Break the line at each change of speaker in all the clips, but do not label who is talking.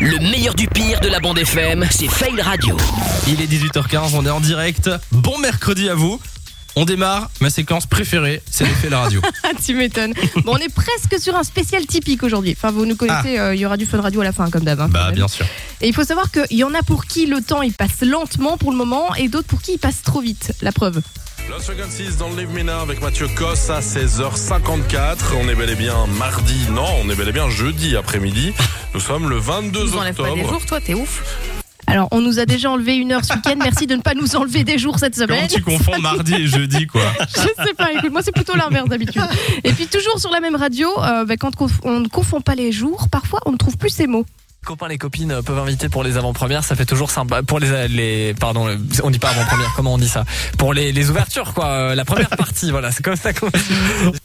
Le meilleur du pire de la bande FM, c'est Fail Radio.
Il est 18h15, on est en direct. Bon mercredi à vous. On démarre ma séquence préférée, c'est l'effet la radio.
Ah, tu m'étonnes. Bon, on est presque sur un spécial typique aujourd'hui. Enfin, vous nous connaissez, euh, il y aura du fun radio à la fin, comme d'hab. hein, quand
Ah. Bah
même.
bien sûr.
Et il faut savoir qu'il y en a pour qui le temps il passe lentement pour le moment et d'autres pour qui il passe trop vite. La preuve.
Lost Frequencies dans le Live Mina avec Mathieu Cosse à 16h54. On est bel et bien mardi, non, on est bel et bien jeudi après-midi. Nous sommes le 22
nous enlève pas des
octobre.
jours, toi, t'es ouf.
Alors, on nous a déjà enlevé une heure ce week-end. Merci de ne pas nous enlever des jours cette
Comment
semaine.
tu confonds mardi et jeudi quoi
Je sais pas, écoute, moi c'est plutôt l'inverse d'habitude. Et puis, toujours sur la même radio, euh, bah, quand conf- on ne confond pas les jours, parfois on ne trouve plus ces mots.
copains, les copines euh, peuvent inviter pour les avant-premières, ça fait toujours sympa. Pour les, euh, les pardon, le- on dit pas avant-première, comment on dit ça Pour les, les ouvertures, quoi. euh, La première partie, voilà, c'est comme ça qu'on.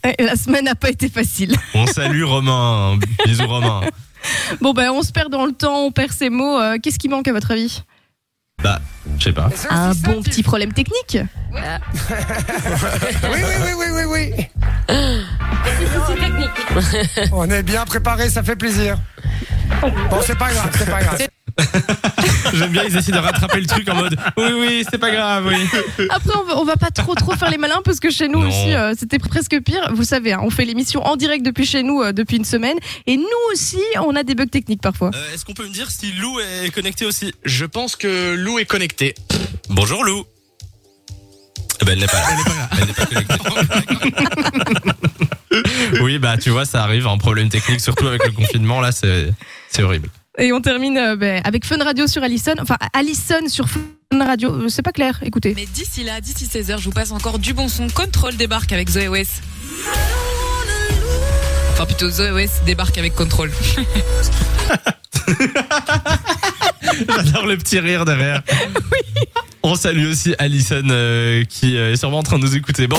Eh, La semaine n'a pas été facile.
On salue Romain. Bisous Romain.
Bon, ben, on se perd dans le temps, on perd ces mots. Euh, Qu'est-ce qui manque à votre avis
Bah, je sais pas.
Un bon petit problème technique
Oui, oui, oui, oui, oui, oui. On est bien préparé, ça fait plaisir. Bon, c'est pas grave, c'est pas grave.
J'aime bien, ils essaient de rattraper le truc en mode oui oui, c'est pas grave, oui.
Après, on va, on va pas trop trop faire les malins parce que chez nous
Non.
aussi, euh, c'était presque pire. Vous savez, hein, on fait l'émission en direct depuis chez nous euh, depuis une semaine et nous aussi, on a des bugs techniques parfois.
Euh, Est-ce qu'on peut me dire si Lou est connecté aussi Je pense que Lou est connecté. Bonjour Lou. Eh ben, elle n'est pas, elle n'est pas connectée. oui, bah tu vois, ça arrive, un problème technique, surtout avec le confinement, là, c'est c'est horrible.
Et on termine euh, ben, avec Fun Radio sur Allison, enfin Allison sur Fun Radio. Euh, C'est pas clair, écoutez.
Mais d'ici là, d'ici 16h, je vous passe encore du bon son. Control débarque avec Zoé West. Enfin, plutôt Zoé West débarque avec Control.
J'adore le petit rire derrière. On salue aussi Alison euh, qui euh, est sûrement en train de nous écouter. Bon,